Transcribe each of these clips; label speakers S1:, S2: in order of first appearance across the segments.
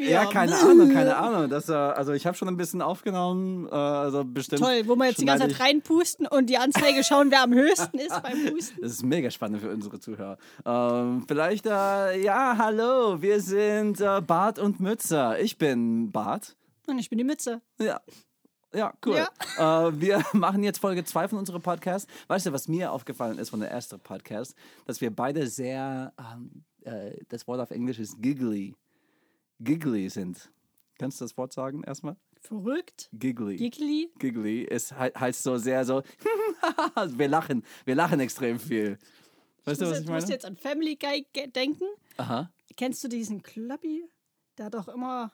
S1: Ja, keine
S2: ne?
S1: Ahnung, keine Ahnung. Das, äh, also ich habe schon ein bisschen aufgenommen. Äh, also bestimmt
S2: Toll, wo wir jetzt die ganze
S1: schneide
S2: Zeit reinpusten und die Anzeige schauen, wer am höchsten ist beim Pusten.
S1: ich- Das ist mega spannend für unsere Zuhörer. Ähm, vielleicht, äh, ja, hallo, wir sind äh, Bart und Mützer. Ich bin Bart.
S2: Und ich bin die Mütze.
S1: Ja. Ja, cool. Äh, wir machen jetzt Folge 2 von unserem Podcast. Weißt du, was mir aufgefallen ist von der ersten Podcast? Dass wir beide sehr, ähm, äh, das Wort auf Englisch ist giggly. Giggly sind. Kannst du das Wort sagen erstmal?
S2: Verrückt.
S1: Giggly.
S2: Giggly.
S1: giggly ist halt, heißt so sehr so, wir lachen, wir lachen extrem viel. Weißt du, was
S2: muss
S1: ich
S2: jetzt, musst
S1: meine?
S2: jetzt an Family Guy ge- denken.
S1: Aha.
S2: Kennst du diesen Klappi? Der hat doch immer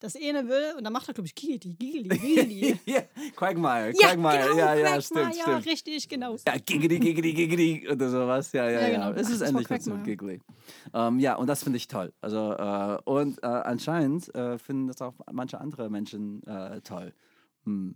S2: das eine will und dann macht er, glaube ich, Giggly, Giggly, Giggly.
S1: Ja, Quagmire,
S2: ja,
S1: Quagmire.
S2: genau,
S1: ja, ja,
S2: Quagmire,
S1: stimmt,
S2: ja,
S1: stimmt.
S2: richtig, genau.
S1: Ja, giggity, giggity, giggity oder sowas. Ja, ja, ja.
S2: Ja, genau.
S1: Es ist
S2: Das war
S1: endlich
S2: Crack
S1: dazu,
S2: Mario.
S1: giggly. Ähm, ja, und das finde ich toll. Also, äh, und äh, anscheinend äh, finden das auch manche andere Menschen äh, toll. Hm.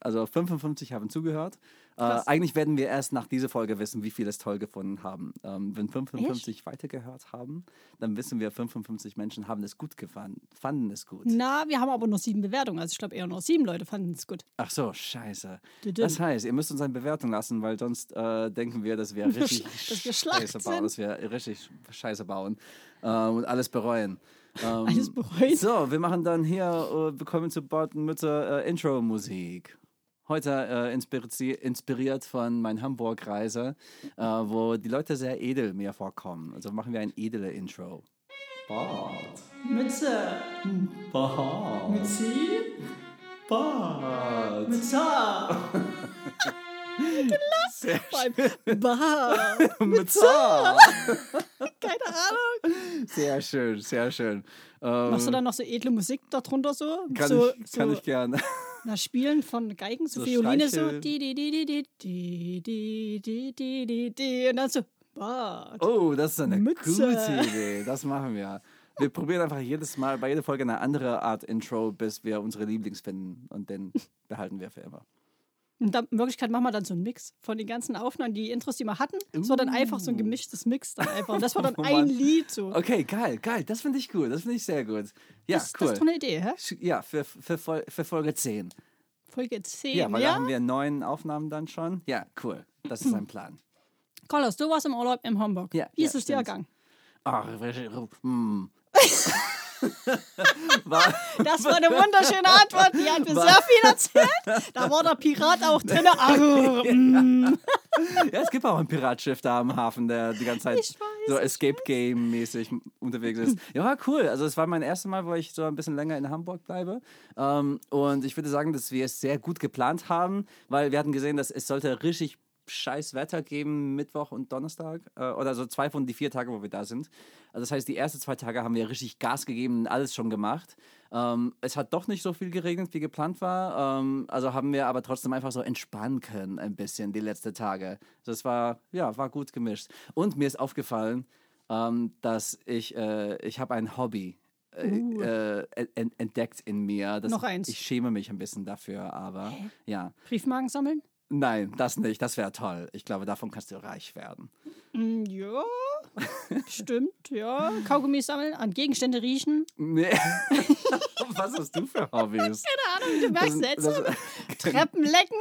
S1: Also 55 haben zugehört. Äh,
S2: Krass.
S1: eigentlich werden wir erst nach dieser Folge wissen, wie viele es toll gefunden haben. Ähm, wenn 55 weitergehört haben, dann wissen wir, 55 Menschen haben es gut gefunden, fanden es gut.
S2: Na, wir haben aber nur sieben Bewertungen. Also ich glaube, eher nur sieben Leute fanden es gut.
S1: Ach so, scheiße.
S2: Düdüm.
S1: Das heißt, ihr müsst uns eine Bewertung lassen, weil sonst äh, denken wir, dass wir richtig
S2: sch- dass wir
S1: scheiße
S2: schlecht
S1: bauen,
S2: sind.
S1: dass wir richtig scheiße bauen äh, und alles bereuen. Ähm,
S2: Alles bereuen.
S1: So, wir machen dann hier, äh, wir kommen zu Barton Mütter äh, Intro-Musik. Heute äh, inspiriert, inspiriert von meiner Hamburg-Reise, äh, wo die Leute sehr edel mir vorkommen. Also machen wir ein edle Intro. Bart.
S2: Mütze,
S1: Bart.
S2: Mützi,
S1: Bart.
S2: Mütze.
S1: Sehr
S2: Beim Bar.
S1: Mützer.
S2: Keine Ahnung.
S1: Sehr schön, sehr schön. Ähm,
S2: Machst du dann noch so edle Musik darunter so?
S1: kann,
S2: so,
S1: ich,
S2: so
S1: kann ich gerne.
S2: Na, Spielen von Geigen, so,
S1: So
S2: Violine so.
S1: Streichel-
S2: Di, di, di, di, di, di, di, di, di, di, di, und dann so. Bad.
S1: Oh, das ist eine
S2: Mütze.
S1: gute Idee. Das machen wir. Wir probieren einfach jedes Mal, bei jeder Folge eine andere Art Intro, bis wir unsere Lieblings finden. Und den behalten wir für immer.
S2: Und dann, in Wirklichkeit machen wir dann so einen Mix von den ganzen Aufnahmen, die Intros, die wir hatten. Es war dann einfach so ein gemischtes Mix dann einfach. Und das war dann
S1: Uh. Oh
S2: ein
S1: Mann.
S2: Lied so.
S1: Okay, geil, geil. Das finde ich cool. Das finde ich sehr gut. Ja,
S2: das,
S1: cool.
S2: das ist doch eine Idee, hä?
S1: Sch- ja, für, für, Fol- für Folge 10.
S2: Folge 10,
S1: Ja,
S2: ja?
S1: weil da haben wir neun Aufnahmen dann schon. Ja, cool. Das ist ein Plan.
S2: Carlos, du warst im Urlaub in Hamburg.
S1: Ja,
S2: Wie
S1: ja,
S2: ist es dir
S1: stimmt.
S2: ergangen?
S1: Ach, hm. War,
S2: Das war eine wunderschöne Antwort. Die hat mir sehr viel erzählt. Da war der Pirat auch drin. Arr, mm.
S1: Ja, es gibt auch ein Piratschiff da am Hafen, der die ganze Zeit
S2: Ich weiß,
S1: so Escape Game mäßig unterwegs ist. Ja, cool. Also es war mein erstes Mal, wo ich so ein bisschen länger in Hamburg bleibe. Ähm, und ich würde sagen, dass wir es sehr gut geplant haben, weil wir hatten gesehen, dass es sollte richtig scheiß Wetter geben, Mittwoch und Donnerstag. Äh, oder so zwei von die vier Tage, wo wir da sind. Also das heißt, die ersten zwei Tage haben wir richtig Gas gegeben und alles schon gemacht. Ähm, es hat doch nicht so viel geregnet, wie geplant war. Ähm, also haben wir aber trotzdem einfach so entspannen können, ein bisschen die letzten Tage. Das war, ja, war gut gemischt. Und mir ist aufgefallen, ähm, dass ich, äh, ich habe ein Hobby äh, äh, en- entdeckt in mir. Das-
S2: Uh. Noch eins.
S1: Ich schäme mich ein bisschen dafür, aber ja.
S2: Briefmarken sammeln?
S1: Nein, das nicht. Das wäre toll. Ich glaube, davon kannst du reich werden.
S2: Mm, Ja, stimmt, ja. Kaugummi sammeln, an Gegenstände riechen.
S1: Nee. Was hast du für Hobbys?
S2: Keine Ahnung, du merkst
S1: Das-
S2: selbst.
S1: das-
S2: Treppen lecken.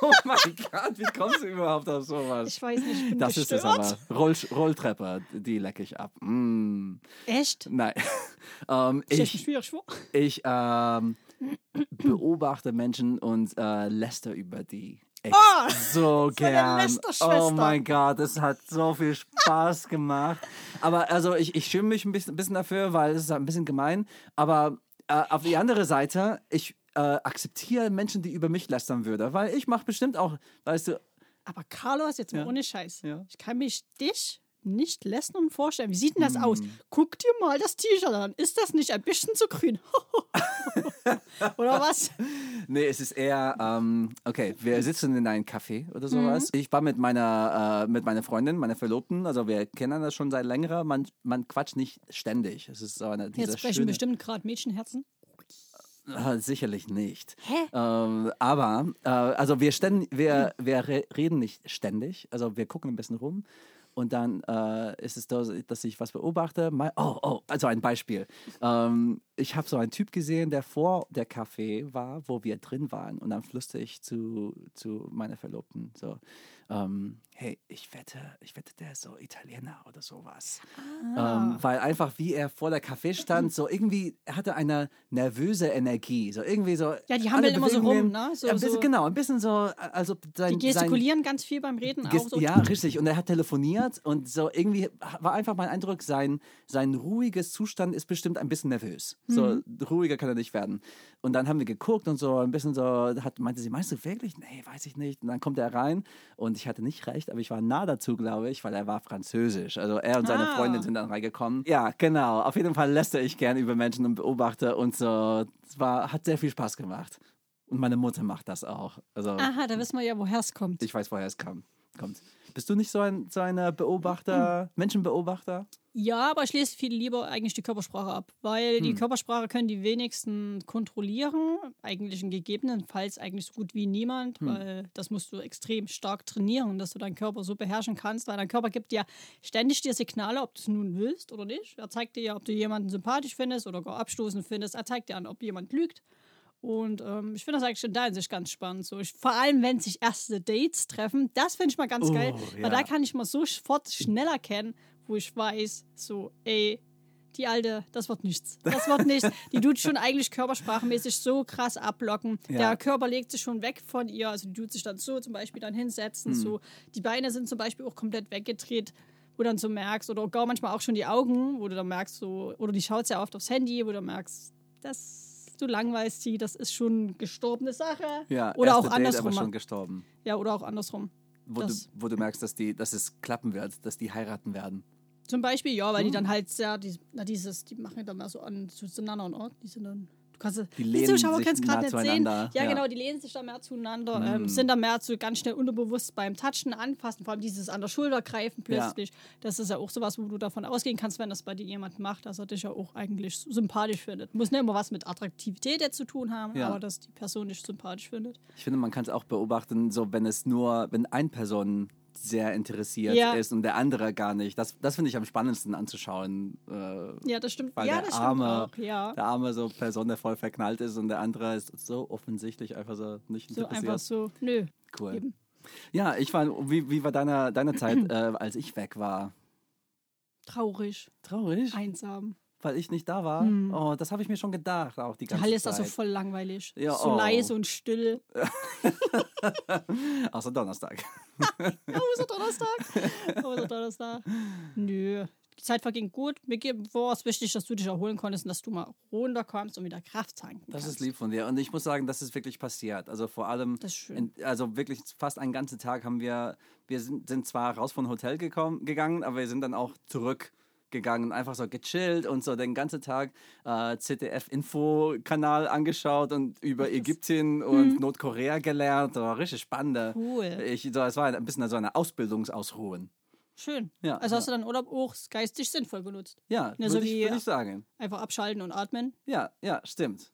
S1: Oh mein Gott, wie kommst du überhaupt auf sowas?
S2: Ich weiß nicht, ich bin
S1: Das ist
S2: gestört.
S1: es aber. Roll, Rolltreppe, die lecke ich ab. Mm.
S2: Echt?
S1: Nein. Ähm,
S2: Ich, ich,
S1: ich
S2: schwierig vor.
S1: ich ähm, beobachte Menschen und äh, läster über die. Ex
S2: Oh,
S1: so gern.
S2: Lästerschwester.
S1: Oh mein Gott, es hat so viel Spaß gemacht. Aber also ich, ich schäme mich ein bisschen, bisschen dafür, weil es ist ein bisschen gemein. Aber äh, auf die andere Seite, ich äh, akzeptiere Menschen, die über mich lästern würden, weil ich mache bestimmt auch, weißt du,
S2: Aber Carlos, jetzt mal
S1: Ja.
S2: ohne Scheiß.
S1: Ja.
S2: Ich kann mich dich nicht lässt und vorstellen. Wie sieht denn
S1: Mm.
S2: das aus? Guck dir mal das T-Shirt an. Ist das nicht ein bisschen zu grün? Oder was?
S1: Nee, es ist eher, ähm, okay, wir sitzen in einem Café oder sowas.
S2: Mhm.
S1: Ich war mit meiner, äh, mit meiner Freundin, meiner Verlobten, also wir kennen das schon seit längerer, man, man quatscht nicht ständig. Es ist so eine dieser
S2: Jetzt sprechen
S1: schöne,
S2: bestimmt gerade Mädchenherzen.
S1: Äh, Sicherlich nicht.
S2: Hä?
S1: Ähm, aber, äh, also wir, ständ, wir, wir re reden nicht ständig, also wir gucken ein bisschen rum. Und dann äh, ist es so, dass ich was beobachte. Mal, oh, oh, also ein Beispiel. Ähm, ich habe so einen Typ gesehen, der vor der Café war, wo wir drin waren. Und dann flüsterte ich zu, zu meiner Verlobten so, ähm, hey, ich wette, ich wette, der ist so Italiener oder sowas. Ähm, weil einfach, wie er vor der Café stand, so irgendwie er hatte eine nervöse Energie. So irgendwie so.
S2: Ja, die
S1: alle
S2: hampeln immer so
S1: bewegen den-
S2: rum, ne? So-
S1: ja, ein bisschen,
S2: so-
S1: genau, ein bisschen so, also sein,
S2: Die
S1: sein,
S2: gestikulieren ganz viel beim Reden Hm, auch
S1: Gest-
S2: so.
S1: Ja, richtig. Und er hat telefoniert und so irgendwie ha- war einfach mein Eindruck, sein, sein ruhiges Zustand ist bestimmt ein bisschen nervös. So
S2: Mhm.
S1: ruhiger kann er nicht werden. Und dann haben wir geguckt und so ein bisschen so, hat, meinte sie, meinst du wirklich? Nee, weiß ich nicht. Und dann kommt er rein und ich hatte nicht recht, aber ich war nah dazu, glaube ich, weil er war französisch. Also er und seine
S2: Ah.
S1: Freundin sind dann reingekommen. Ja, genau. Auf jeden Fall lästere ich gern über Menschen und beobachte und so. Es war, hat sehr viel Spaß gemacht. Und meine Mutter macht das auch. Also,
S2: Aha, da wissen wir ja, woher es kommt.
S1: ich weiß, woher es kam, kommt. Bist du nicht so ein, so ein Beobachter, Menschenbeobachter?
S2: Ja, aber ich lese viel lieber eigentlich die Körpersprache ab, weil die Körpersprache können die wenigsten kontrollieren, eigentlich in gegebenenfalls eigentlich so gut wie niemand, weil das musst du extrem stark trainieren, dass du deinen Körper so beherrschen kannst, weil dein Körper gibt dir ständig dir Signale, ob du es nun willst oder nicht. Er zeigt dir ja, ob du jemanden sympathisch findest oder gar abstoßend findest. Er zeigt dir an, ob jemand lügt. Und ähm, ich finde das eigentlich in der Hinsicht ganz spannend. So, ich, vor allem, wenn sich erste Dates treffen, das finde ich mal ganz
S1: Oh,
S2: geil,
S1: ja.
S2: weil da kann ich mal sofort schnell erkennen, wo ich weiß, so, ey, die alte, das wird nichts. Das wird nichts. Die tut schon eigentlich körpersprachmäßig so krass abblocken.
S1: Ja.
S2: Der Körper legt sich schon weg von ihr. Also die tut sich dann so zum Beispiel dann hinsetzen. So. Die Beine sind zum Beispiel auch komplett weggedreht, wo dann so merkst, oder gar manchmal auch schon die Augen, wo du dann merkst, so, oder die schaut sehr oft aufs Handy, wo du merkst, dass du langweilst sie, das ist schon gestorbene Sache. oder auch
S1: erste Date, aber schon
S2: andersrum.
S1: gestorben.
S2: Ja, oder auch andersrum.
S1: Wo du,
S2: Das-
S1: wo du merkst, dass, die, dass es klappen wird, dass die heiraten werden.
S2: Zum Beispiel, ja, weil die dann halt sehr, die, na, dieses, die machen ja dann mal so an so zueinander und Ort. Die sind dann. Du kannst, die
S1: lehnen
S2: Zuschauer
S1: sich
S2: können es
S1: nah
S2: gerade nicht sehen.
S1: zueinander,
S2: Ja,
S1: ja. Mhm.
S2: genau, die lehnen sich da mehr zueinander, ähm, sind da mehr so ganz schnell unterbewusst beim Touchen, Anfassen, vor allem dieses an der Schulter greifen plötzlich. Das ist ja auch sowas, wo du davon ausgehen kannst, wenn das bei dir jemand macht, dass er dich ja auch eigentlich sympathisch findet. Muss nicht immer was mit Attraktivität jetzt zu tun haben,
S1: Ja.
S2: aber dass die Person dich sympathisch findet.
S1: Ich finde, man kann es auch beobachten, so wenn es nur, wenn ein Person sehr interessiert
S2: Ja.
S1: ist und der andere gar nicht. Das, das finde ich am spannendsten anzuschauen. Äh,
S2: Ja, das stimmt.
S1: weil
S2: ja,
S1: der
S2: das
S1: arme,
S2: stimmt auch. Ja.
S1: der arme so Person, der voll verknallt ist und der andere ist so offensichtlich einfach so nicht
S2: So
S1: interessiert.
S2: einfach so, nö.
S1: Cool.
S2: Eben.
S1: Ja, ich war, wie, wie war deine, deine Zeit, äh, als ich weg war?
S2: Traurig, Hm.
S1: Traurig,
S2: einsam.
S1: weil ich nicht da war. Oh, das habe ich mir schon gedacht, auch die
S2: Die
S1: ganze
S2: Halle ist
S1: Zeit.
S2: also voll langweilig.
S1: Ja,
S2: so
S1: oh.
S2: leise und still.
S1: Außer Donnerstag.
S2: Ja, außer Donnerstag. außer Donnerstag. Nö. Die Zeit verging gut. Mir ge- war es wichtig, dass du dich erholen konntest und dass du mal runterkommst und wieder Kraft tanken
S1: Das ist
S2: kannst.
S1: lieb von dir. Und ich muss sagen, das ist wirklich passiert. Also vor allem,
S2: Das ist schön.
S1: in, also wirklich fast einen ganzen Tag haben wir, wir sind, sind zwar raus vom Hotel gekommen, gegangen, aber wir sind dann auch zurückgegangen und einfach so gechillt und so den ganzen Tag äh, ZDF-Info-Kanal angeschaut und über Ägypten und Nordkorea gelernt. Oh, richtig spannende.
S2: Hm. Cool.
S1: Ich, so, es war ein bisschen so eine Ausbildungsausruhen.
S2: Schön.
S1: Ja,
S2: also hast
S1: ja.
S2: du dann Urlaub auch geistig sinnvoll genutzt.
S1: Ja,
S2: Ja,
S1: würde
S2: so
S1: ich,
S2: wie-
S1: würd ich sagen.
S2: Einfach abschalten und atmen.
S1: Ja, ja, stimmt.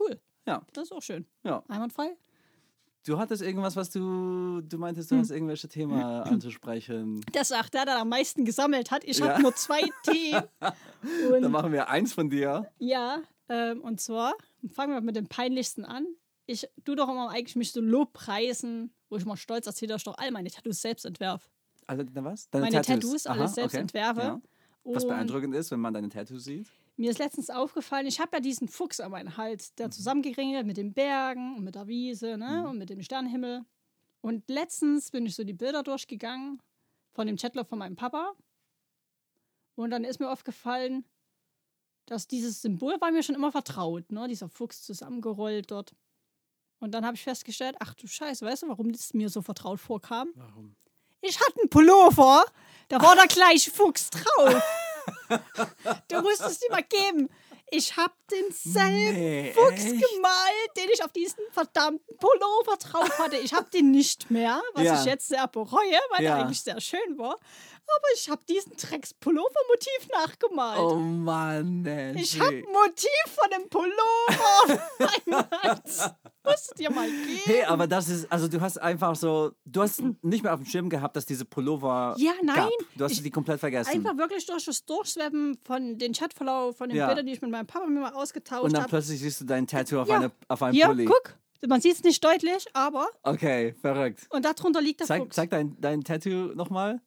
S2: Cool.
S1: Ja.
S2: Das ist auch schön.
S1: Ja.
S2: Einwandfrei.
S1: Du hattest irgendwas, was du, du meintest,
S2: Hm.
S1: du hast irgendwelche Themen anzusprechen.
S2: Das sagt der, der am meisten gesammelt hat. Ich
S1: Ja.
S2: habe nur zwei Themen. Und
S1: Dann machen wir eins von dir.
S2: Ja, ähm, und zwar fangen wir mit dem Peinlichsten an. Ich tue doch immer eigentlich mich so Lobpreisen, wo ich mal stolz erzähle, dass ich doch all meine Tattoos selbst entwerfe.
S1: Also, na was? Deine
S2: meine Tattoos,
S1: Aha,
S2: alles selbst
S1: okay.
S2: entwerfe.
S1: Ja. Was
S2: Und
S1: beeindruckend ist, wenn man deine Tattoos sieht.
S2: Mir ist letztens aufgefallen, ich habe ja diesen Fuchs an meinem Hals, der zusammengeringelt mit den Bergen und mit der Wiese ne, und mit dem Sternenhimmel. Und letztens bin ich so die Bilder durchgegangen von dem Chatlog von meinem Papa. Und dann ist mir aufgefallen, dass dieses Symbol war mir schon immer vertraut, ne? dieser Fuchs zusammengerollt dort. Und dann habe ich festgestellt, ach du Scheiße, weißt du, warum das mir so vertraut vorkam?
S1: Warum?
S2: Ich hatte einen Pullover, da war der gleiche Fuchs drauf. du musst es nicht mal geben. Ich hab denselben
S1: Nee,
S2: Fuchs
S1: echt?
S2: gemalt, den ich auf diesen verdammten Pullover drauf hatte. Ich hab den nicht mehr, was
S1: Ja.
S2: ich jetzt sehr bereue, weil
S1: Ja.
S2: der eigentlich sehr schön war. Aber ich hab diesen Drecks-Pullover-Motiv nachgemalt.
S1: Oh Mann, Nancy.
S2: Ich hab ein Motiv von dem Pullover auf meinem Hals. Musst dir mal gehen.
S1: Hey, aber das ist, also du hast einfach so, du hast nicht mehr auf dem Schirm gehabt, dass diese Pullover.
S2: Ja, nein.
S1: Gab. Du hast
S2: Ich-
S1: die komplett vergessen.
S2: Einfach wirklich durch das Durchswappen von den Chatverlauf, von den
S1: Ja.
S2: Bildern, die ich mit meinem Papa mir mal
S1: und
S2: ausgetauscht
S1: dann
S2: habe.
S1: plötzlich siehst du dein Tattoo auf,
S2: Ja.
S1: eine, auf einem
S2: Hier,
S1: Pulli.
S2: guck. Man sieht es nicht deutlich, aber.
S1: Okay, verrückt.
S2: Und darunter liegt der
S1: Zeig,
S2: Fuchs.
S1: zeig dein, dein Tattoo nochmal.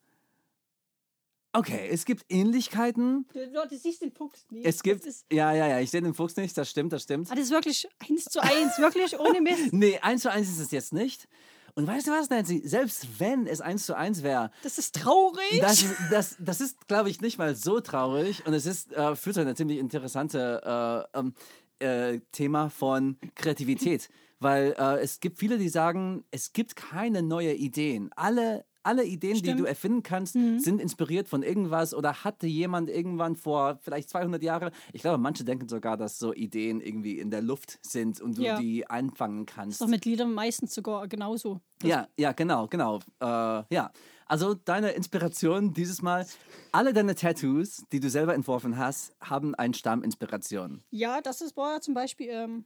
S1: Okay, es gibt Ähnlichkeiten.
S2: Du, du, du siehst den Fuchs nicht.
S1: Es gibt.
S2: Das ist,
S1: Ja, ja, ja, ich sehe den Fuchs nicht, das stimmt, das stimmt.
S2: ah, das ist wirklich eins zu eins, wirklich ohne Mist.
S1: Nee, 1 zu 1 ist es jetzt nicht. Und weißt du was, Nancy? Selbst wenn es 1 zu 1 wäre,
S2: Das ist traurig.
S1: das, ist- das, das ist, glaube ich, nicht mal so traurig. Und es ist, äh, führt zu einer ziemlich interessante äh, ähm, äh, Thema von Kreativität. Weil äh, es gibt viele, die sagen, es gibt keine neue Ideen. Alle, alle Ideen, die
S2: Stimmt. Mhm.
S1: du erfinden kannst, sind inspiriert von irgendwas oder hatte jemand irgendwann vor vielleicht 200 Jahren. Ich glaube, manche denken sogar, dass so Ideen irgendwie in der Luft sind und du
S2: Ja.
S1: die anfangen kannst.
S2: ist doch mit Liedern meistens sogar genauso.
S1: Ja, ja, genau, genau. Äh, ja. Also deine Inspiration dieses Mal, alle deine Tattoos, die du selber entworfen hast, haben einen Stamm Inspiration.
S2: Ja, das ist war ja zum Beispiel, ähm,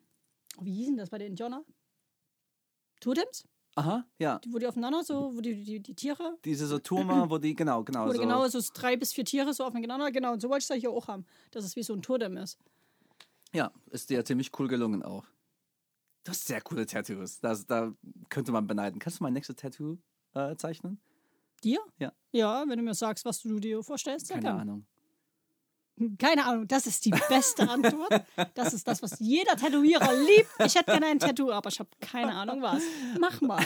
S2: wie hießen das bei den Indianern? Totems,
S1: Aha, ja.
S2: die- wo die aufeinander so, wo die, die, die Tiere,
S1: Diese so Turma, wo die, genau, genau.
S2: wo
S1: so.
S2: die genau so drei bis vier Tiere so aufeinander, genau, und so wollte ich das hier auch haben, dass es wie so ein Totem ist.
S1: Ja, ist dir ziemlich cool gelungen auch. Du hast sehr coole Tattoos. Das, da könnte man beneiden. Kannst du mein nächstes Tattoo äh, zeichnen?
S2: Dir?
S1: Ja.
S2: Ja, wenn du mir sagst, was du dir vorstellst, dann
S1: Keine
S2: kann.
S1: Ahnung.
S2: Keine Ahnung, das ist die beste Antwort. Das ist das, was jeder Tätowierer liebt. Ich hätte gerne ein Tattoo, aber ich habe keine Ahnung was. Mach mal.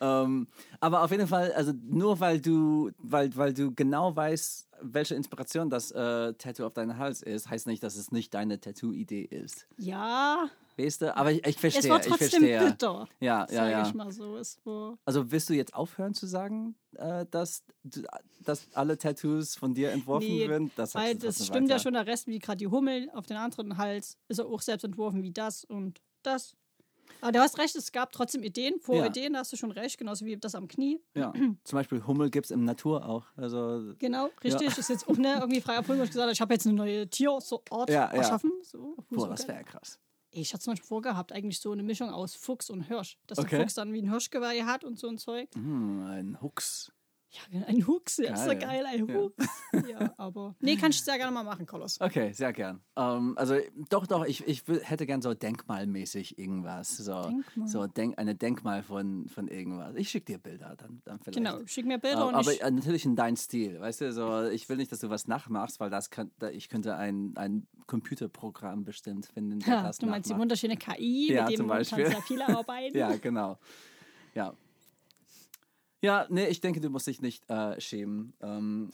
S1: Ähm, aber auf jeden Fall, also nur weil du, weil, weil du genau weißt, welche Inspiration das äh, Tattoo auf deinem Hals ist, heißt nicht, dass es nicht deine Tattoo-Idee ist.
S2: Ja,
S1: Weißt du? Aber ich, ich verstehe,
S2: es war
S1: ich
S2: trotzdem
S1: verstehe.
S2: bitter.
S1: Ja, ja,
S2: sag
S1: ja.
S2: ich mal so. Es war
S1: Also willst du jetzt aufhören zu sagen, äh, dass, du- dass alle Tattoos von dir entworfen
S2: Nee,
S1: werden? Das sagst
S2: Weil
S1: du
S2: das
S1: trotzdem
S2: stimmt ja
S1: weiter.
S2: schon, der Rest, wie gerade die Hummel auf den anderen Hals, ist ja auch selbst entworfen wie das und das. Aber du hast recht, es gab trotzdem Ideen, vor
S1: Ja.
S2: Ideen, da hast du schon recht, genauso wie das am Knie.
S1: Ja. Zum Beispiel Hummel gibt es im Natur auch. Also
S2: Genau, richtig. Ist jetzt auch ne, irgendwie frei erfunden, wo ich gesagt habe, ich habe jetzt eine neue Tierart
S1: Ja, ja.
S2: erschaffen. So,
S1: boah,
S2: so
S1: das
S2: geil.
S1: wäre krass.
S2: ich hatte zum Beispiel vorgehabt, eigentlich so eine Mischung aus Fuchs und Hirsch. Dass
S1: Okay.
S2: der Fuchs dann wie ein Hirschgeweih hat und so ein Zeug.
S1: Hm, ein Huchs.
S2: Ja, ein Huchs, ja, ist ja
S1: Geil.
S2: geil, ein
S1: Ja.
S2: Huchs. Ja. aber. Nee, kannst du sehr gerne mal machen, Kolos.
S1: Okay, sehr gern. Ähm, also doch, doch, ich, ich wü- hätte gern so denkmalmäßig irgendwas. So,
S2: Denkmal.
S1: so denk, eine Denkmal von, von irgendwas. Ich schicke dir Bilder dann, dann vielleicht.
S2: Genau, schick mir Bilder
S1: Aber,
S2: und ich
S1: aber äh, natürlich in deinem Stil, weißt du, so, ich will nicht, dass du was nachmachst, weil das kann, da, ich könnte ein, ein Computerprogramm bestimmt finden, der
S2: Ja,
S1: das
S2: du meinst die
S1: nachmacht.
S2: wunderschöne KI,
S1: Ja,
S2: mit
S1: zum
S2: dem man
S1: Beispiel.
S2: sehr viele arbeiten.
S1: Ja, genau. Ja. Ja, nee, ich denke, du musst dich nicht äh, schämen. Ähm,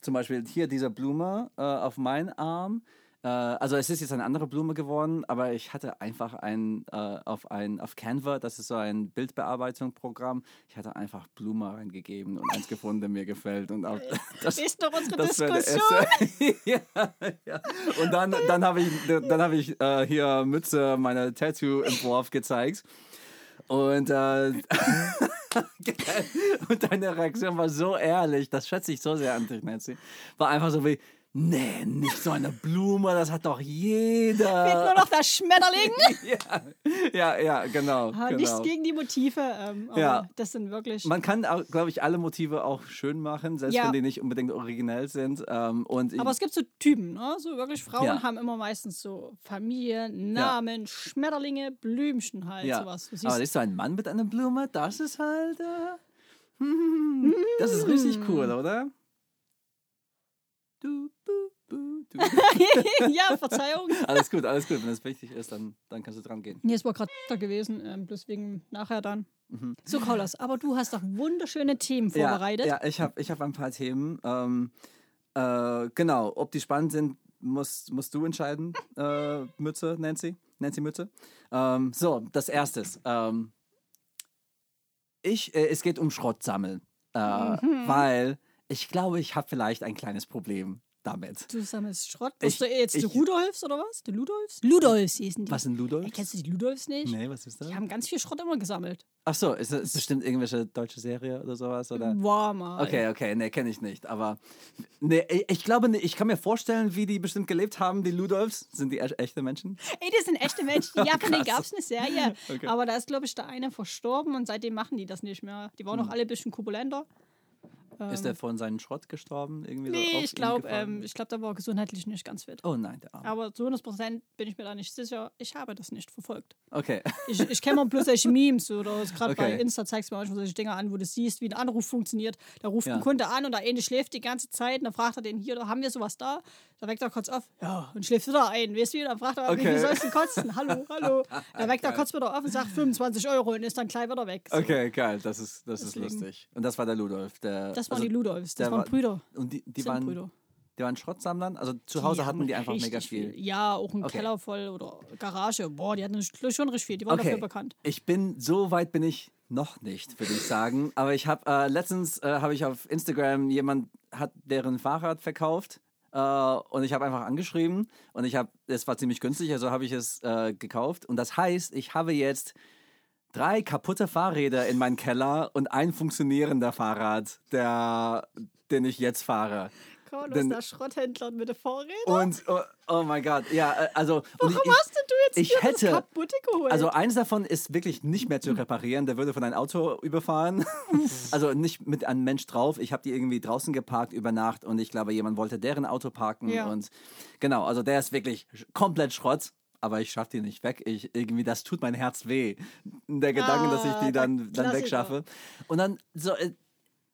S1: zum Beispiel hier diese Blume äh, auf meinen Arm. Äh, also es ist jetzt eine andere Blume geworden, aber ich hatte einfach ein, äh, auf ein auf Canva, das ist so ein Bildbearbeitungsprogramm, ich hatte einfach Blume reingegeben und eins gefunden, der mir gefällt. Und auch, das,
S2: Ist doch unsere
S1: das wäre der
S2: Diskussion.
S1: erste. ja, ja. Und dann, dann habe ich, dann habe ich äh, hier Mütze, meine Tattoo-Entwurf gezeigt. Und, äh, und deine Reaktion war so ehrlich, das schätze ich so sehr an dich, Nancy. War einfach so wie, nee, nicht so eine Blume, das hat doch
S2: Fehlt nur
S1: jeder.
S2: noch der Schmetterling.
S1: Ja, ja, ja, genau.
S2: Ah, Nichts
S1: genau.
S2: gegen die Motive, ähm, aber
S1: Ja.
S2: das sind wirklich.
S1: Man kann, glaube ich, alle Motive auch schön machen, selbst
S2: Ja.
S1: wenn die nicht unbedingt originell sind. Ähm, und ich-
S2: aber es gibt so Typen, ne? So wirklich Frauen
S1: Ja.
S2: haben immer meistens so Familien, Namen, Schmetterlinge, Blümchen halt, sowas. Du
S1: aber
S2: siehst,
S1: ist so ein Mann mit einer Blume, das ist halt. Äh, hm, das ist richtig cool, oder? Du, bu, bu, du.
S2: ja, Verzeihung.
S1: alles gut, alles gut. Wenn es wichtig ist, dann, dann kannst du dran gehen.
S2: Nee, es war gerade da gewesen, ähm, deswegen nachher dann. So, Kaulas, aber du hast doch wunderschöne Themen vorbereitet.
S1: Mhm. Ja, ja ich habe ich hab ein paar Themen. Ähm, äh, genau, ob die spannend sind, musst, musst du entscheiden, äh, Mütze, Nancy. Nancy Mütze. Ähm, so, das erste. ist, Ähm, ich, äh, es
S2: Mhm.
S1: geht um Schrottsammeln. Äh, Weil ich glaube, ich habe vielleicht ein kleines Problem damit.
S2: Du sammelst Schrott.
S1: Ich-
S2: Bist du jetzt die
S1: ich-
S2: Rudolfs oder was? Die Ludolfs? Ludolfs hießen die.
S1: Was sind Ludolf?
S2: Ey, kennst du die Ludolfs nicht?
S1: Nee, was ist das?
S2: Die haben ganz viel Schrott immer gesammelt.
S1: Ach so, ist das bestimmt irgendwelche deutsche Serie oder sowas? Oder?
S2: War mal.
S1: Okay, okay, nee, kenne ich nicht. Aber nee, ich- ich glaube, nicht. ich kann mir vorstellen, wie die bestimmt gelebt haben, die Ludolfs. Sind die e- echte Menschen?
S2: Ey, das sind echte Menschen. Ja, von denen
S1: Krass.
S2: gab es eine Serie.
S1: Okay.
S2: Aber da ist, glaube ich, der eine verstorben und seitdem machen die das nicht mehr. Die waren auch alle ein bisschen korpulenter.
S1: Hm.
S2: Ähm,
S1: Ist der von seinem Schrott gestorben? Irgendwie so
S2: Nee,
S1: auf
S2: ich
S1: ihn
S2: glaube,
S1: gefallen?
S2: ähm, ich glaub, da war gesundheitlich nicht ganz fit.
S1: oh nein, der Arme.
S2: Aber zu 100% bin ich mir da nicht sicher. Ich habe das nicht verfolgt.
S1: Okay.
S2: Ich, ich kenne mal bloß solche Memes. Oder gerade bei
S1: Okay.
S2: Insta zeigst du mir manchmal solche Dinge an, wo du siehst, wie ein Anruf funktioniert. Da ruft
S1: Ja.
S2: ein Kunde an und der eine schläft die ganze Zeit und dann fragt er den hier, haben wir sowas da? Da weckt er kurz auf ja, und schläft wieder ein. Weißt du, wie? dann fragt er,
S1: Okay.
S2: wie soll es denn kosten? Hallo, hallo. Da weckt er kurz wieder auf und sagt 25 Euro und ist dann gleich wieder weg. So.
S1: Okay, geil, das ist, das ist
S2: Deswegen.
S1: lustig. Und das war der Ludolf. Der,
S2: Das waren
S1: also-
S2: die Ludolfs, das
S1: der
S2: waren
S1: war-
S2: Brüder.
S1: Und die, die,
S2: Sind
S1: waren,
S2: Brüder.
S1: die waren Schrottsammlern? Also zu Hause hatten
S2: haben
S1: die einfach
S2: richtig
S1: mega viel.
S2: Ja, auch einen
S1: Okay.
S2: Keller voll oder Garage. Boah, die hatten schon richtig viel. Die waren dafür bekannt.
S1: Ich bin, so weit bin ich noch nicht, würde ich sagen. Aber ich habe, äh, letztens äh, habe ich auf Instagram jemand, hat deren Fahrrad verkauft. Äh, und ich habe einfach angeschrieben und ich habe, es war ziemlich günstig, also habe ich es äh, gekauft. Und das heißt, ich habe jetzt drei kaputte Fahrräder in meinem Keller und ein funktionierender Fahrrad, der, den ich jetzt fahre.
S2: Carlos,
S1: Denn-
S2: der Schrotthändler mit den Fahrrädern.
S1: Und, oh, oh mein Gott, ja, äh, also. und ich-
S2: Warum
S1: ich-
S2: hast denn du jetzt
S1: ich
S2: hier
S1: hätte-
S2: das kaputte geholt?
S1: Also eins davon ist wirklich nicht mehr zu reparieren. Der würde von einem Auto überfahren. Also nicht mit einem Mensch drauf. Ich habe die irgendwie draußen geparkt über Nacht und ich glaube, jemand wollte deren Auto parken.
S2: Ja.
S1: Und genau, also der ist wirklich sch- komplett Schrott. Aber ich schaffe die nicht weg. Ich, irgendwie, das tut mein Herz weh. Der Gedanke, dass ich
S2: Ah,
S1: die
S2: der
S1: dann, dann
S2: Klassiker.
S1: wegschaffe. Und dann so, äh,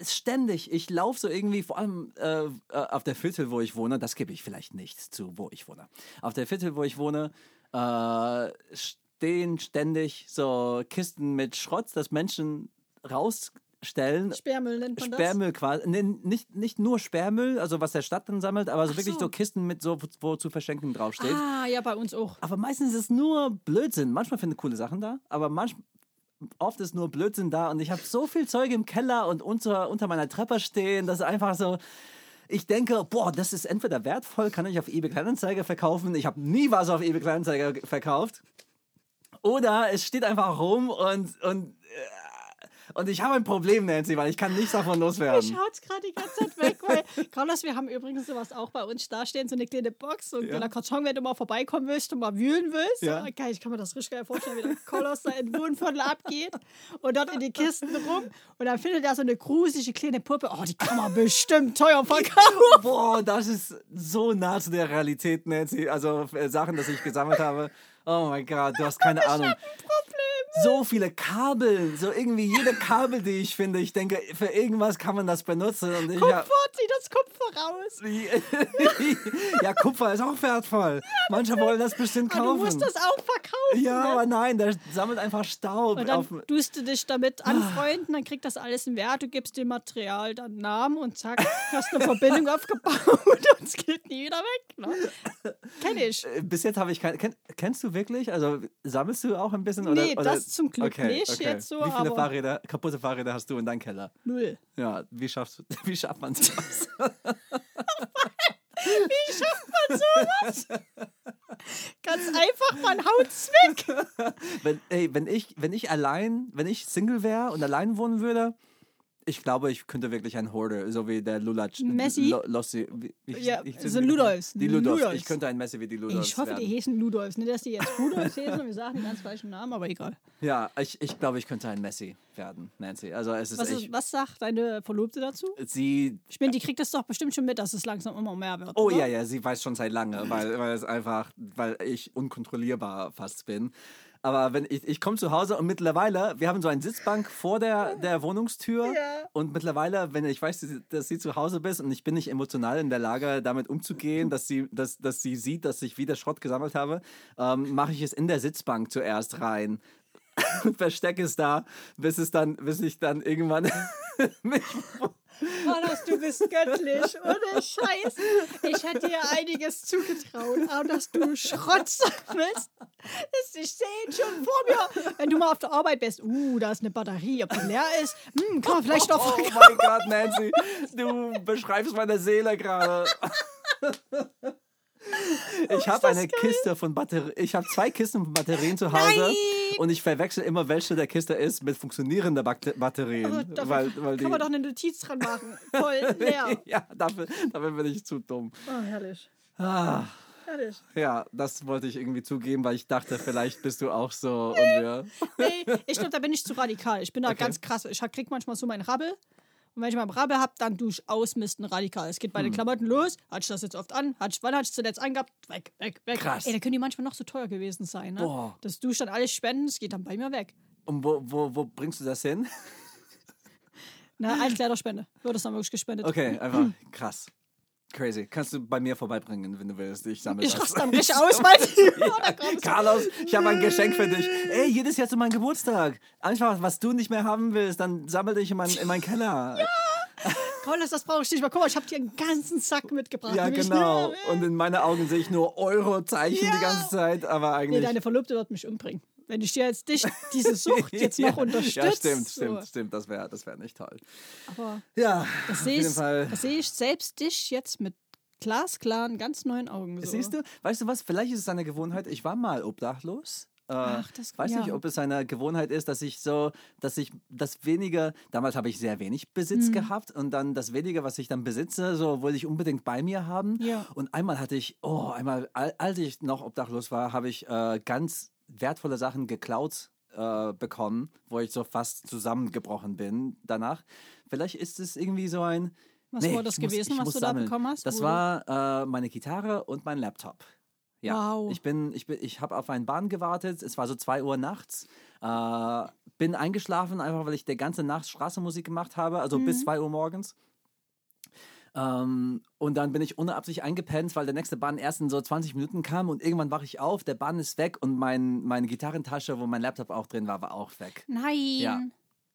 S1: ständig, ich laufe so irgendwie, vor allem äh, äh, auf der Viertel, wo ich wohne, das gebe ich vielleicht nicht zu, wo ich wohne. Auf der Viertel, wo ich wohne, äh, stehen ständig so Kisten mit Schrott, das Menschen rausstellen.
S2: Sperrmüll nennt man
S1: Sperrmüll quasi, nee, nicht, nicht nur Sperrmüll, also was der Stadt dann sammelt, aber so
S2: Ach
S1: wirklich so.
S2: so.
S1: Kisten mit so, wo zu verschenken
S2: das?
S1: draufsteht.
S2: Ah, ja, bei uns auch.
S1: Aber meistens ist es nur Blödsinn. Manchmal finde ich coole Sachen da, aber manch, oft ist nur Blödsinn da. Und ich habe so viel Zeug im Keller und unter, unter meiner Treppe stehen, dass einfach so. Ich denke, boah, das ist entweder wertvoll, kann ich auf eBay Kleinanzeiger verkaufen. Ich habe nie was auf eBay Kleinanzeiger ge- verkauft. Oder es steht einfach rum und, und, äh, und ich habe ein Problem, Nancy, weil ich kann nichts davon
S2: Ihr
S1: loswerden.
S2: schaut gerade die ganze Zeit weg, weil Carlos, wir haben übrigens sowas auch bei uns da stehen, so eine kleine Box und
S1: Ja.
S2: ja. der Karton, wenn du mal vorbeikommen willst und mal wühlen willst.
S1: Ja.
S2: Ja. Geil, ich kann mir das richtig geil vorstellen, wie der Carlos da in Wohnviertel abgeht und dort in die Kisten rum und dann findet er so eine gruselige kleine Puppe. Oh, die kann man bestimmt teuer verkaufen.
S1: Boah, das ist so nah zu der Realität, Nancy. Also äh, Sachen, dass ich gesammelt habe. Oh mein Gott, du hast keine Ahnung. So viele Kabel, so irgendwie jede Kabel, die ich finde, ich denke, für irgendwas kann man das benutzen. Und ich
S2: Kupfer, zieh das Kupfer raus.
S1: hab, ja, Kupfer ist auch wertvoll. Manche wollen das bestimmt
S2: Ah, du musst
S1: kaufen.
S2: das auch verkaufen.
S1: Ja,
S2: ne?
S1: aber nein, der sammelt einfach Staub.
S2: Und
S1: auf, äh, Ah.
S2: dann tust du dich damit anfreunden, dann kriegt das alles einen Wert, du gibst dem Material dann einen Namen und zack, hast eine Verbindung aufgebaut und es geht nie wieder weg. Ne? Kenn ich.
S1: Äh, bis jetzt habe ich kein. Kenn, kennst du wirklich? Also sammelst du auch ein bisschen? Oder,
S2: Nee,
S1: oder?
S2: das zum Glück nicht jetzt so,
S1: Wie viele
S2: aber-
S1: Fahrräder, kaputte Fahrräder hast du in deinem Keller?
S2: Null.
S1: Ja, wie, schaffst, wie schafft man das?
S2: Ganz einfach, man haut's weg.
S1: wenn, ey, wenn, ich, wenn ich allein, wenn ich Single wäre und allein wohnen würde, ich glaube, ich könnte wirklich ein Hoarder, so wie der Lulatsch.
S2: Messi?
S1: Lo, Lossi, wie- wie-
S2: Ja,
S1: ich-
S2: so Ludolfs.
S1: Die Ludolfs.
S2: Ludolfs.
S1: Ich könnte ein Messi wie die Ludolfs
S2: Ich hoffe, die
S1: werden.
S2: hießen Ludolfs. Nicht, dass die jetzt Rudolfs hießen und wir sagen den ganz falschen Namen, aber egal.
S1: Ja, ich, ich glaube, ich könnte ein Messi werden, Nancy. Also es ist
S2: Was, ist,
S1: echt...
S2: was sagt deine Verlobte dazu?
S1: Sie...
S2: Ich meine, die kriegt das doch bestimmt schon mit, dass es langsam immer mehr wird. ne?
S1: Oh
S2: oder?
S1: ja, ja, sie weiß schon seit lange, weil, weil es einfach, weil ich unkontrollierbar fast bin. Aber wenn ich, ich komme zu Hause und mittlerweile, wir haben so eine Sitzbank vor der, der Wohnungstür
S2: Ja.
S1: und mittlerweile, wenn ich weiß, dass sie- dass sie zu Hause bist und ich bin nicht emotional in der Lage, damit umzugehen, dass sie, dass, dass sie sieht, dass ich wieder Schrott gesammelt habe, ähm, mache ich es in der Sitzbank zuerst rein. und Verstecke es da, bis es dann, bis ich dann irgendwann mich
S2: Carlos, du bist göttlich. Ohne Scheiß. Ich hätte dir einiges zugetraut. Aber dass du Schrott sammelst, ist, ich sehe ihn schon vor mir. Wenn du mal auf der Arbeit bist, uh, da ist eine Batterie, ob die leer ist, hm, kann man vielleicht noch
S1: Oh mein Gott, Nancy, du beschreibst meine Seele gerade. Ich habe eine Kiste von Batterien. Ich habe zwei Kisten von Batterien zu Hause.
S2: Nein!
S1: Und ich verwechsel immer, welche der Kiste ist mit funktionierender Bak- Batterien.
S2: Aber dafür
S1: Oh. weil, weil die,
S2: kann man Oh, doch eine Notiz dran machen. Voll leer.
S1: ja, dafür, dafür bin ich zu dumm.
S2: Oh, herrlich.
S1: Ah,
S2: Herrlich.
S1: ja, das wollte ich irgendwie zugeben, weil ich dachte, vielleicht bist du auch so. Und wir,
S2: Nee, ich glaube, da bin ich zu radikal. Ich bin da ganz krass. Ich krieg manchmal so meinen Rabbel. Und wenn ich meinen Rabbel habe, dann durchaus Misten radikal. Es geht bei
S1: Hm.
S2: den Klamotten los. Hatte ich das jetzt oft an? Hatte ich, wann hatte ich zuletzt angehabt? Weg, weg, weg.
S1: Krass.
S2: Ey, da können die manchmal noch so teuer gewesen sein. Ne?
S1: Boah.
S2: Das Dusch dann alles spenden, das geht dann bei mir weg.
S1: und wo, wo, wo bringst du das hin?
S2: Na, als Kleiderspende. Wird das dann wirklich gespendet.
S1: Ah. Okay, einfach krass. Crazy. Kannst du bei mir vorbeibringen, wenn du willst. Ich sammle
S2: Ich
S1: das.
S2: raste dann richtig aus, Oh weil ja.
S1: Carlos, ich habe ein Geschenk für dich. Ey, jedes Jahr zu meinem Geburtstag. Einfach, was du nicht mehr haben willst, dann sammel dich in, mein, in meinen Keller.
S2: Carlos, das brauche ich nicht mal. Guck mal, ich habe dir einen ganzen Sack mitgebracht.
S1: Ja,
S2: Nämlich-
S1: genau. Und in meinen Augen sehe ich nur Euro-Zeichen die ganze Zeit, aber
S2: Nee,
S1: eigentlich.
S2: deine Verlobte wird mich umbringen. Wenn ich dir jetzt dich, diese Sucht jetzt noch unterstütze.
S1: Ja, stimmt, stimmt,
S2: So.
S1: stimmt. Das wäre das wär nicht toll.
S2: Aber
S1: Ja,
S2: das
S1: auf
S2: sehe ich,
S1: jeden Fall.
S2: das sehe ich selbst dich jetzt mit glasklaren, ganz neuen Augen. So.
S1: Siehst du, weißt du was? Vielleicht ist es eine Gewohnheit. Ich war mal obdachlos. Äh,
S2: Ach, das-
S1: weiß
S2: ja.
S1: nicht, ob es eine Gewohnheit ist, dass ich so, dass ich das weniger, damals habe ich sehr wenig Besitz
S2: Mhm.
S1: gehabt und dann das wenige, was ich dann besitze, so wollte ich unbedingt bei mir haben.
S2: Ja.
S1: Und einmal hatte ich, oh, einmal, al- als ich noch obdachlos war, habe ich äh, ganz wertvolle Sachen geklaut äh, bekommen, wo ich so fast zusammengebrochen bin danach. Vielleicht ist es irgendwie so ein.
S2: Was war das
S1: ich muss-
S2: gewesen,
S1: ich
S2: was
S1: muss
S2: du da bekommen hast, wo
S1: Das
S2: du-
S1: war äh, meine Gitarre und mein Laptop. Ja,
S2: Wow.
S1: ich bin, ich bin, ich habe auf einen Bahn gewartet. Es war so 2 Uhr nachts. Äh, bin eingeschlafen, einfach weil ich die ganze Nacht Straßenmusik gemacht habe, also bis
S2: Mhm.
S1: 2 Uhr morgens. Ähm, und dann bin ich ohne Absicht eingepennt, weil der nächste Bahn erst in so 20 Minuten kam und irgendwann wache ich auf, der Bahn ist weg und mein, meine Gitarrentasche, wo mein Laptop auch drin war, war auch weg.
S2: Nein.
S1: Ja,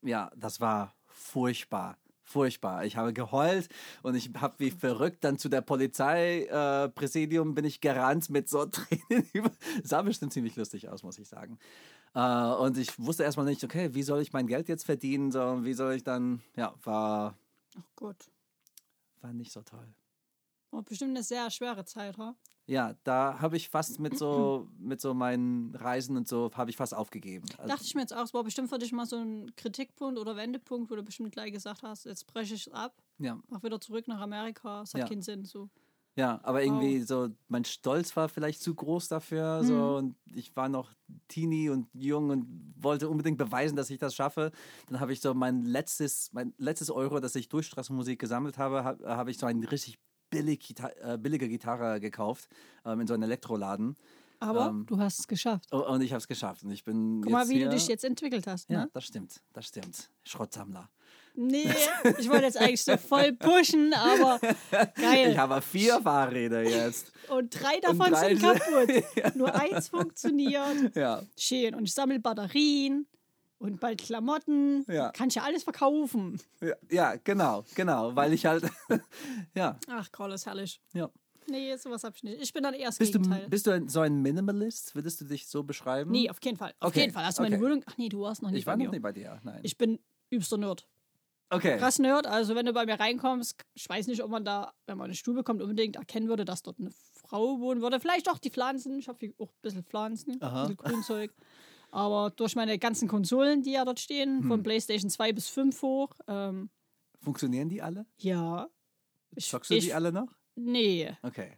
S1: ja, das war furchtbar. Furchtbar. Ich habe geheult und ich habe wie verrückt dann zu der Polizeipräsidium äh, Präsidium bin ich gerannt mit so Tränen über. Sah bestimmt ziemlich lustig aus, muss ich sagen. Äh, und ich wusste erstmal nicht, okay, wie soll ich mein Geld jetzt verdienen? So, wie soll ich dann. Ja, war,
S2: Ach Gott.
S1: war nicht so toll.
S2: War bestimmt eine sehr schwere Zeit, ha?
S1: Ja, da habe ich fast mit so, mit so meinen Reisen und so, habe ich fast aufgegeben. Also,
S2: Dachte ich mir jetzt auch, es war bestimmt für dich mal so ein Kritikpunkt oder Wendepunkt, wo du bestimmt gleich gesagt hast, jetzt breche ich ab,
S1: ja.
S2: mach wieder zurück nach Amerika, es hat
S1: Ja.
S2: keinen Sinn. So.
S1: Ja, aber irgendwie so, mein Stolz war vielleicht zu groß dafür.
S2: Mhm.
S1: So, und ich war noch teeny und jung und wollte unbedingt beweisen, dass ich das schaffe. Dann habe ich so mein letztes, mein letztes Euro, das ich durch Straßenmusik gesammelt habe, habe hab ich so eine richtig billig Gita äh, billige Gitarre gekauft ähm, in so einem Elektroladen.
S2: Aber
S1: Ähm.
S2: du hast es geschafft.
S1: O- Und ich habe es geschafft. Und ich bin.
S2: Guck mal,
S1: jetzt
S2: wie
S1: hier.
S2: du dich jetzt entwickelt hast.
S1: Ja,
S2: Ne?
S1: das stimmt, das stimmt. Schrottsammler.
S2: Nee, ich wollte jetzt eigentlich so voll pushen, aber geil.
S1: Ich habe vier Fahrräder jetzt.
S2: Und drei davon
S1: drei
S2: sind
S1: sind-
S2: kaputt. Nur eins funktioniert.
S1: Ja.
S2: Schön. Und ich sammle Batterien und bald Klamotten.
S1: Ja.
S2: Kann ich ja alles verkaufen.
S1: ja, ja, genau, genau. Weil ich halt. ja,
S2: Ach, Carlos, herrlich.
S1: ja.
S2: Nee, sowas hab ich nicht. Ich bin dann eher das
S1: Bist du,
S2: Gegenteil.
S1: bist du ein, so ein Minimalist? Würdest du dich so beschreiben?
S2: nee, auf jeden Fall. Auf
S1: Okay,
S2: jeden Fall. Hast du meine
S1: okay.
S2: Wohnung? Ach nee, du warst noch nicht
S1: Ich
S2: bei
S1: war
S2: mir.
S1: noch nie bei dir. Nein.
S2: Ich bin übster Nerd.
S1: okay.
S2: Krass Nerd. Also wenn du bei mir reinkommst, ich weiß nicht, ob man da, wenn man eine Stube kommt, unbedingt erkennen würde, dass dort eine Frau wohnen würde. Vielleicht auch die Pflanzen. Ich habe auch ein bisschen Pflanzen,
S1: Aha.
S2: ein bisschen Grünzeug. Aber durch meine ganzen Konsolen, die ja dort stehen,
S1: Hm.
S2: von PlayStation 2 bis 5 hoch, ähm,
S1: Funktionieren die alle?
S2: ja. Ich,
S1: Zockst du
S2: ich,
S1: die alle noch?
S2: Nee,
S1: Okay.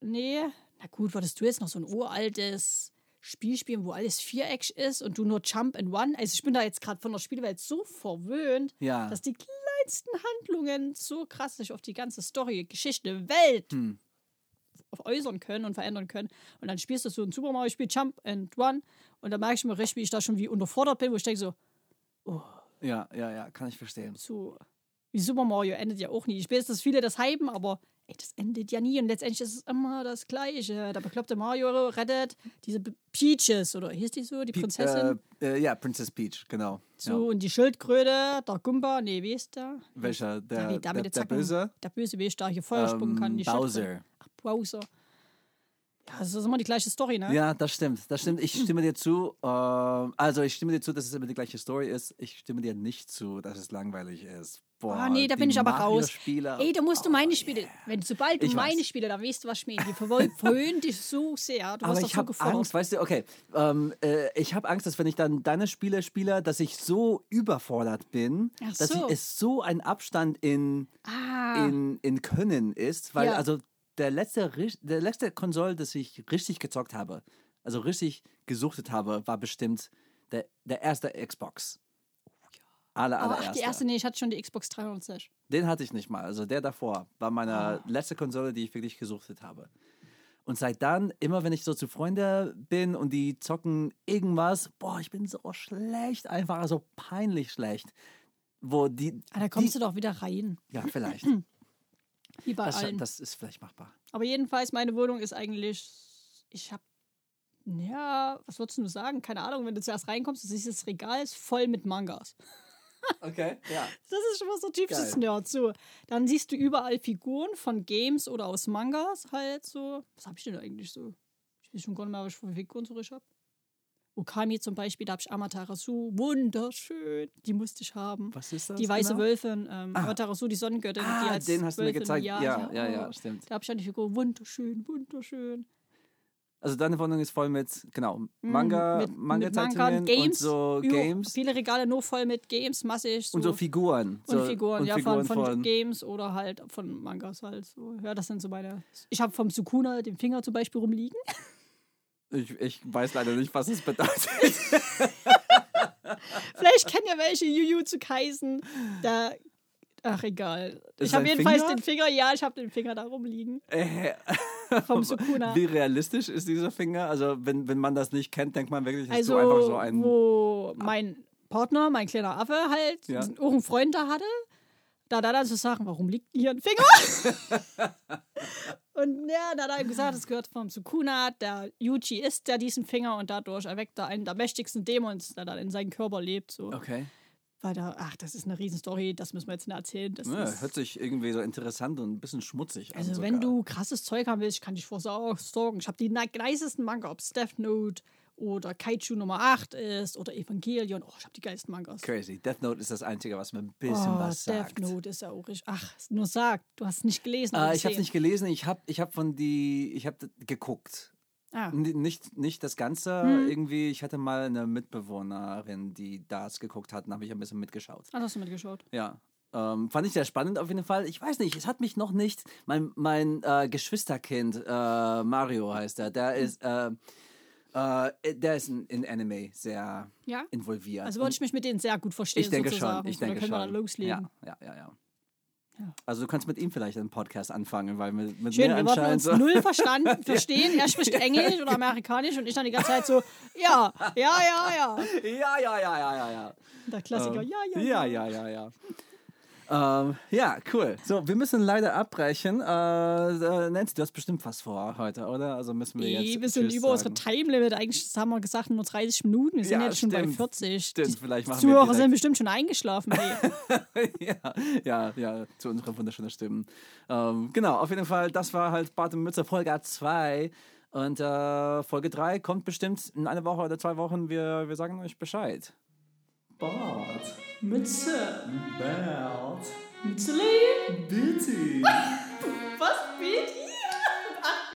S2: nee. Na gut, würdest du jetzt noch so ein uraltes Spiel spielen, wo alles viereckig ist und du nur Jump and One? Also ich bin da jetzt gerade von der Spielwelt so verwöhnt,
S1: Ja.
S2: dass die kleinsten Handlungen so krass sich auf die ganze Story, Geschichte, Welt
S1: Hm.
S2: äußern können und verändern können. Und dann spielst du so ein Super Mario-Spiel, Jump and One, und dann merke ich mir recht, wie ich da schon wie unterfordert bin, wo ich denke so,
S1: Ja, ja, ja, kann ich verstehen.
S2: so wie Super Mario endet ja auch nie. Ich weiß, dass viele das hypen, aber ey, das endet ja nie. Und letztendlich ist es immer das Gleiche. Der bekloppte Mario rettet diese P- Peaches, oder hieß die so, die
S1: Pe-
S2: Prinzessin?
S1: Äh, äh, ja, Princess Peach, genau.
S2: so,
S1: Ja.
S2: und die Schildkröte, der Gumba, nee, wie ist der?
S1: Welcher?
S2: Ja,
S1: Der,
S2: wie
S1: der,
S2: mit
S1: der,
S2: den Zacken.
S1: Böse?
S2: Der böse Weg, der hier Feuer spucken kann. Die
S1: Ähm,
S2: Schildkröte.
S1: Bowser.
S2: Ach, Bowser. Ja, das ist immer die gleiche Story, ne?
S1: Ja, das stimmt, das stimmt. Ich stimme dir zu. ähm, also ich stimme dir zu, dass es immer die gleiche Story ist. Ich stimme dir nicht zu, dass es langweilig ist. Boah,
S2: Ah, nee, da bin
S1: die
S2: ich aber raus.
S1: Mario-Spieler.
S2: Ey, da musst du meine Spiele. Wenn, sobald du
S1: Ich
S2: meine
S1: weiß.
S2: Spiele, da weißt du, was ich meine. Die verwö- verwöhnen dich so sehr. Du
S1: Aber
S2: hast
S1: ich
S2: doch so
S1: habe
S2: gefordert.
S1: Angst, weißt du, okay, ähm, äh, ich habe Angst, dass wenn ich dann deine Spiele spiele, dass ich so überfordert bin,
S2: Ach
S1: dass
S2: so.
S1: ich, es so ein Abstand in,
S2: Ah.
S1: in, in Können ist, weil
S2: Ja.
S1: also der letzte, ri- der letzte Konsole, das ich richtig gezockt habe, also richtig gesuchtet habe, war bestimmt der, der erste Xbox. Alle,
S2: Aber
S1: allererste.
S2: Oh, ach, die erste, nee, ich hatte schon die Xbox 360.
S1: Den hatte ich nicht mal. Also der davor war meine
S2: Ah.
S1: letzte Konsole, die ich wirklich gesuchtet habe. Und seit dann, immer wenn ich so zu Freunden bin und die zocken irgendwas, boah, ich bin so schlecht, einfach also peinlich schlecht. Wo die.
S2: Ah, da kommst
S1: die,
S2: du doch wieder rein.
S1: Ja, vielleicht.
S2: Wie bei
S1: Das,
S2: allen.
S1: das ist vielleicht machbar.
S2: Aber jedenfalls, meine Wohnung ist eigentlich. Ich habe. Ja, was würdest du sagen? Keine Ahnung, wenn du zuerst reinkommst, du siehst das Regal ist voll mit Mangas.
S1: Okay, ja.
S2: Das ist schon mal so typisches
S1: Geil.
S2: Nerd. So. Dann siehst du überall Figuren von Games oder aus Mangas halt so. Was habe ich denn eigentlich so? Ich weiß schon gar nicht mehr, was ich für Figuren zurück habe. Okami zum Beispiel, da habe ich Amaterasu. Wunderschön. Die musste ich haben.
S1: Was ist das?
S2: Die weiße
S1: genau?
S2: Wölfin, ähm, Amaterasu, die Sonnengöttin. die
S1: Ah,
S2: als
S1: den hast du mir
S2: Wölfin-
S1: gezeigt. Ja, ja, ja,
S2: oh.
S1: stimmt.
S2: Da habe ich ja die Figur. Wunderschön, wunderschön.
S1: Also deine Wohnung ist voll mit, genau,
S2: Mhm,
S1: Manga,
S2: mit- mit
S1: Manga-Zeitungen
S2: Manga,
S1: und so
S2: über-
S1: Games
S2: Viele Regale nur voll mit Games, massig. So.
S1: und so Figuren.
S2: Und
S1: so,
S2: Figuren,
S1: und
S2: ja,
S1: Figuren
S2: von, von, Games oder halt von Mangas halt so. Ja, das sind so meine. Ich habe vom Sukuna den Finger zum Beispiel rumliegen.
S1: Ich, ich weiß leider nicht, was es bedeutet.
S2: Vielleicht kennen ja welche Jujutsu Kaisen. Da. Ach, egal.
S1: Ist
S2: ich habe
S1: ein
S2: jedenfalls
S1: Finger? Äh.
S2: den Finger, ja, ich habe den Finger da rumliegen. Vom Sukuna.
S1: Wie realistisch ist dieser Finger? Also, wenn, wenn man das nicht kennt, denkt man wirklich, dass
S2: Also,
S1: du einfach so einen.
S2: wo mein Partner, mein kleiner Affe halt,
S1: Ja.
S2: auch einen Freund da hatte, da da dann zu sagen, warum liegt hier ein Finger? und ja, da hat er gesagt, es gehört vom Sukuna, der Yuji ist der diesen Finger und dadurch erweckt er einen der mächtigsten Dämons, der dann in seinem Körper lebt. So.
S1: Okay.
S2: Weil da, ach, das ist eine Riesenstory, das müssen wir jetzt nicht erzählen. Das
S1: Ja,
S2: ist,
S1: hört sich irgendwie so interessant und ein bisschen schmutzig an.
S2: also,
S1: sogar.
S2: wenn du krasses Zeug haben willst, ich kann dich vorsorgen. Ich habe die ni- nicesten Manga, ob es Death Note oder Kaiju Nummer 8 ist oder Evangelion. Oh, ich habe die geilsten Mangas.
S1: Crazy. Death Note ist das Einzige, was mir ein
S2: Oh,
S1: bisschen was sagt.
S2: Death Note ist ja auch richtig. Ach, nur sagt, du hast nicht gelesen.
S1: Äh,
S2: aber
S1: ich habe es
S2: gesehen.
S1: nicht gelesen, ich habe ich hab von die. Ich habe geguckt.
S2: Ah.
S1: N- Nicht, nicht das Ganze
S2: Hm.
S1: irgendwie. Ich hatte mal eine Mitbewohnerin, die das geguckt hat, und habe ich ein bisschen mitgeschaut.
S2: Ah, hast du mitgeschaut.
S1: Ja. Ähm, fand ich sehr spannend auf jeden Fall. Ich weiß nicht, es hat mich noch nicht. Mein, mein äh, Geschwisterkind, äh, Mario heißt er, der
S2: Hm.
S1: ist, äh, äh, der ist in, in Anime sehr
S2: Ja?
S1: involviert.
S2: Also würde ich mich mit denen sehr gut verstehen.
S1: ich denke
S2: sozusagen.
S1: schon, ich
S2: So,
S1: denke
S2: da können
S1: schon.
S2: wir dann loslegen.
S1: Ja, ja, ja, ja.
S2: Ja.
S1: Also du kannst mit ihm vielleicht einen Podcast anfangen, weil mit, mit
S2: Schön,
S1: mir
S2: wir würden
S1: anscheinend
S2: uns
S1: so.
S2: null verstanden, verstehen. Er spricht Englisch oder Amerikanisch und ich dann die ganze Zeit so, ja, ja, ja, ja.
S1: Ja, ja, ja, ja, ja, ja.
S2: Der Klassiker,
S1: Ähm,
S2: ja, ja,
S1: Ja, ja, ja, ja. ähm, ja, cool. So, wir müssen leider abbrechen. Äh, äh, Nancy, du hast bestimmt was vor heute, oder? Also müssen wir jetzt.
S2: Ey, wir sind
S1: Tschüss
S2: über unsere
S1: sagen.
S2: Time-Limit. Eigentlich haben wir gesagt, nur 30 Minuten. Wir sind
S1: Ja,
S2: jetzt schon bei
S1: stimmt.
S2: 40.
S1: Stimmt, vielleicht
S2: Die
S1: machen wir
S2: Zuhörer
S1: direkt-
S2: sind bestimmt schon eingeschlafen. Ey.
S1: ja, ja, ja, zu unseren wunderschönen Stimmen. Ähm, genau, auf jeden Fall, das war halt Bart und Mütze Folge 2. Und äh, Folge 3 kommt bestimmt in einer Woche oder zwei Wochen. Wir, wir sagen euch Bescheid. Bart.
S2: Mütze,
S1: Bart.
S2: Mützeli.
S1: Bitte.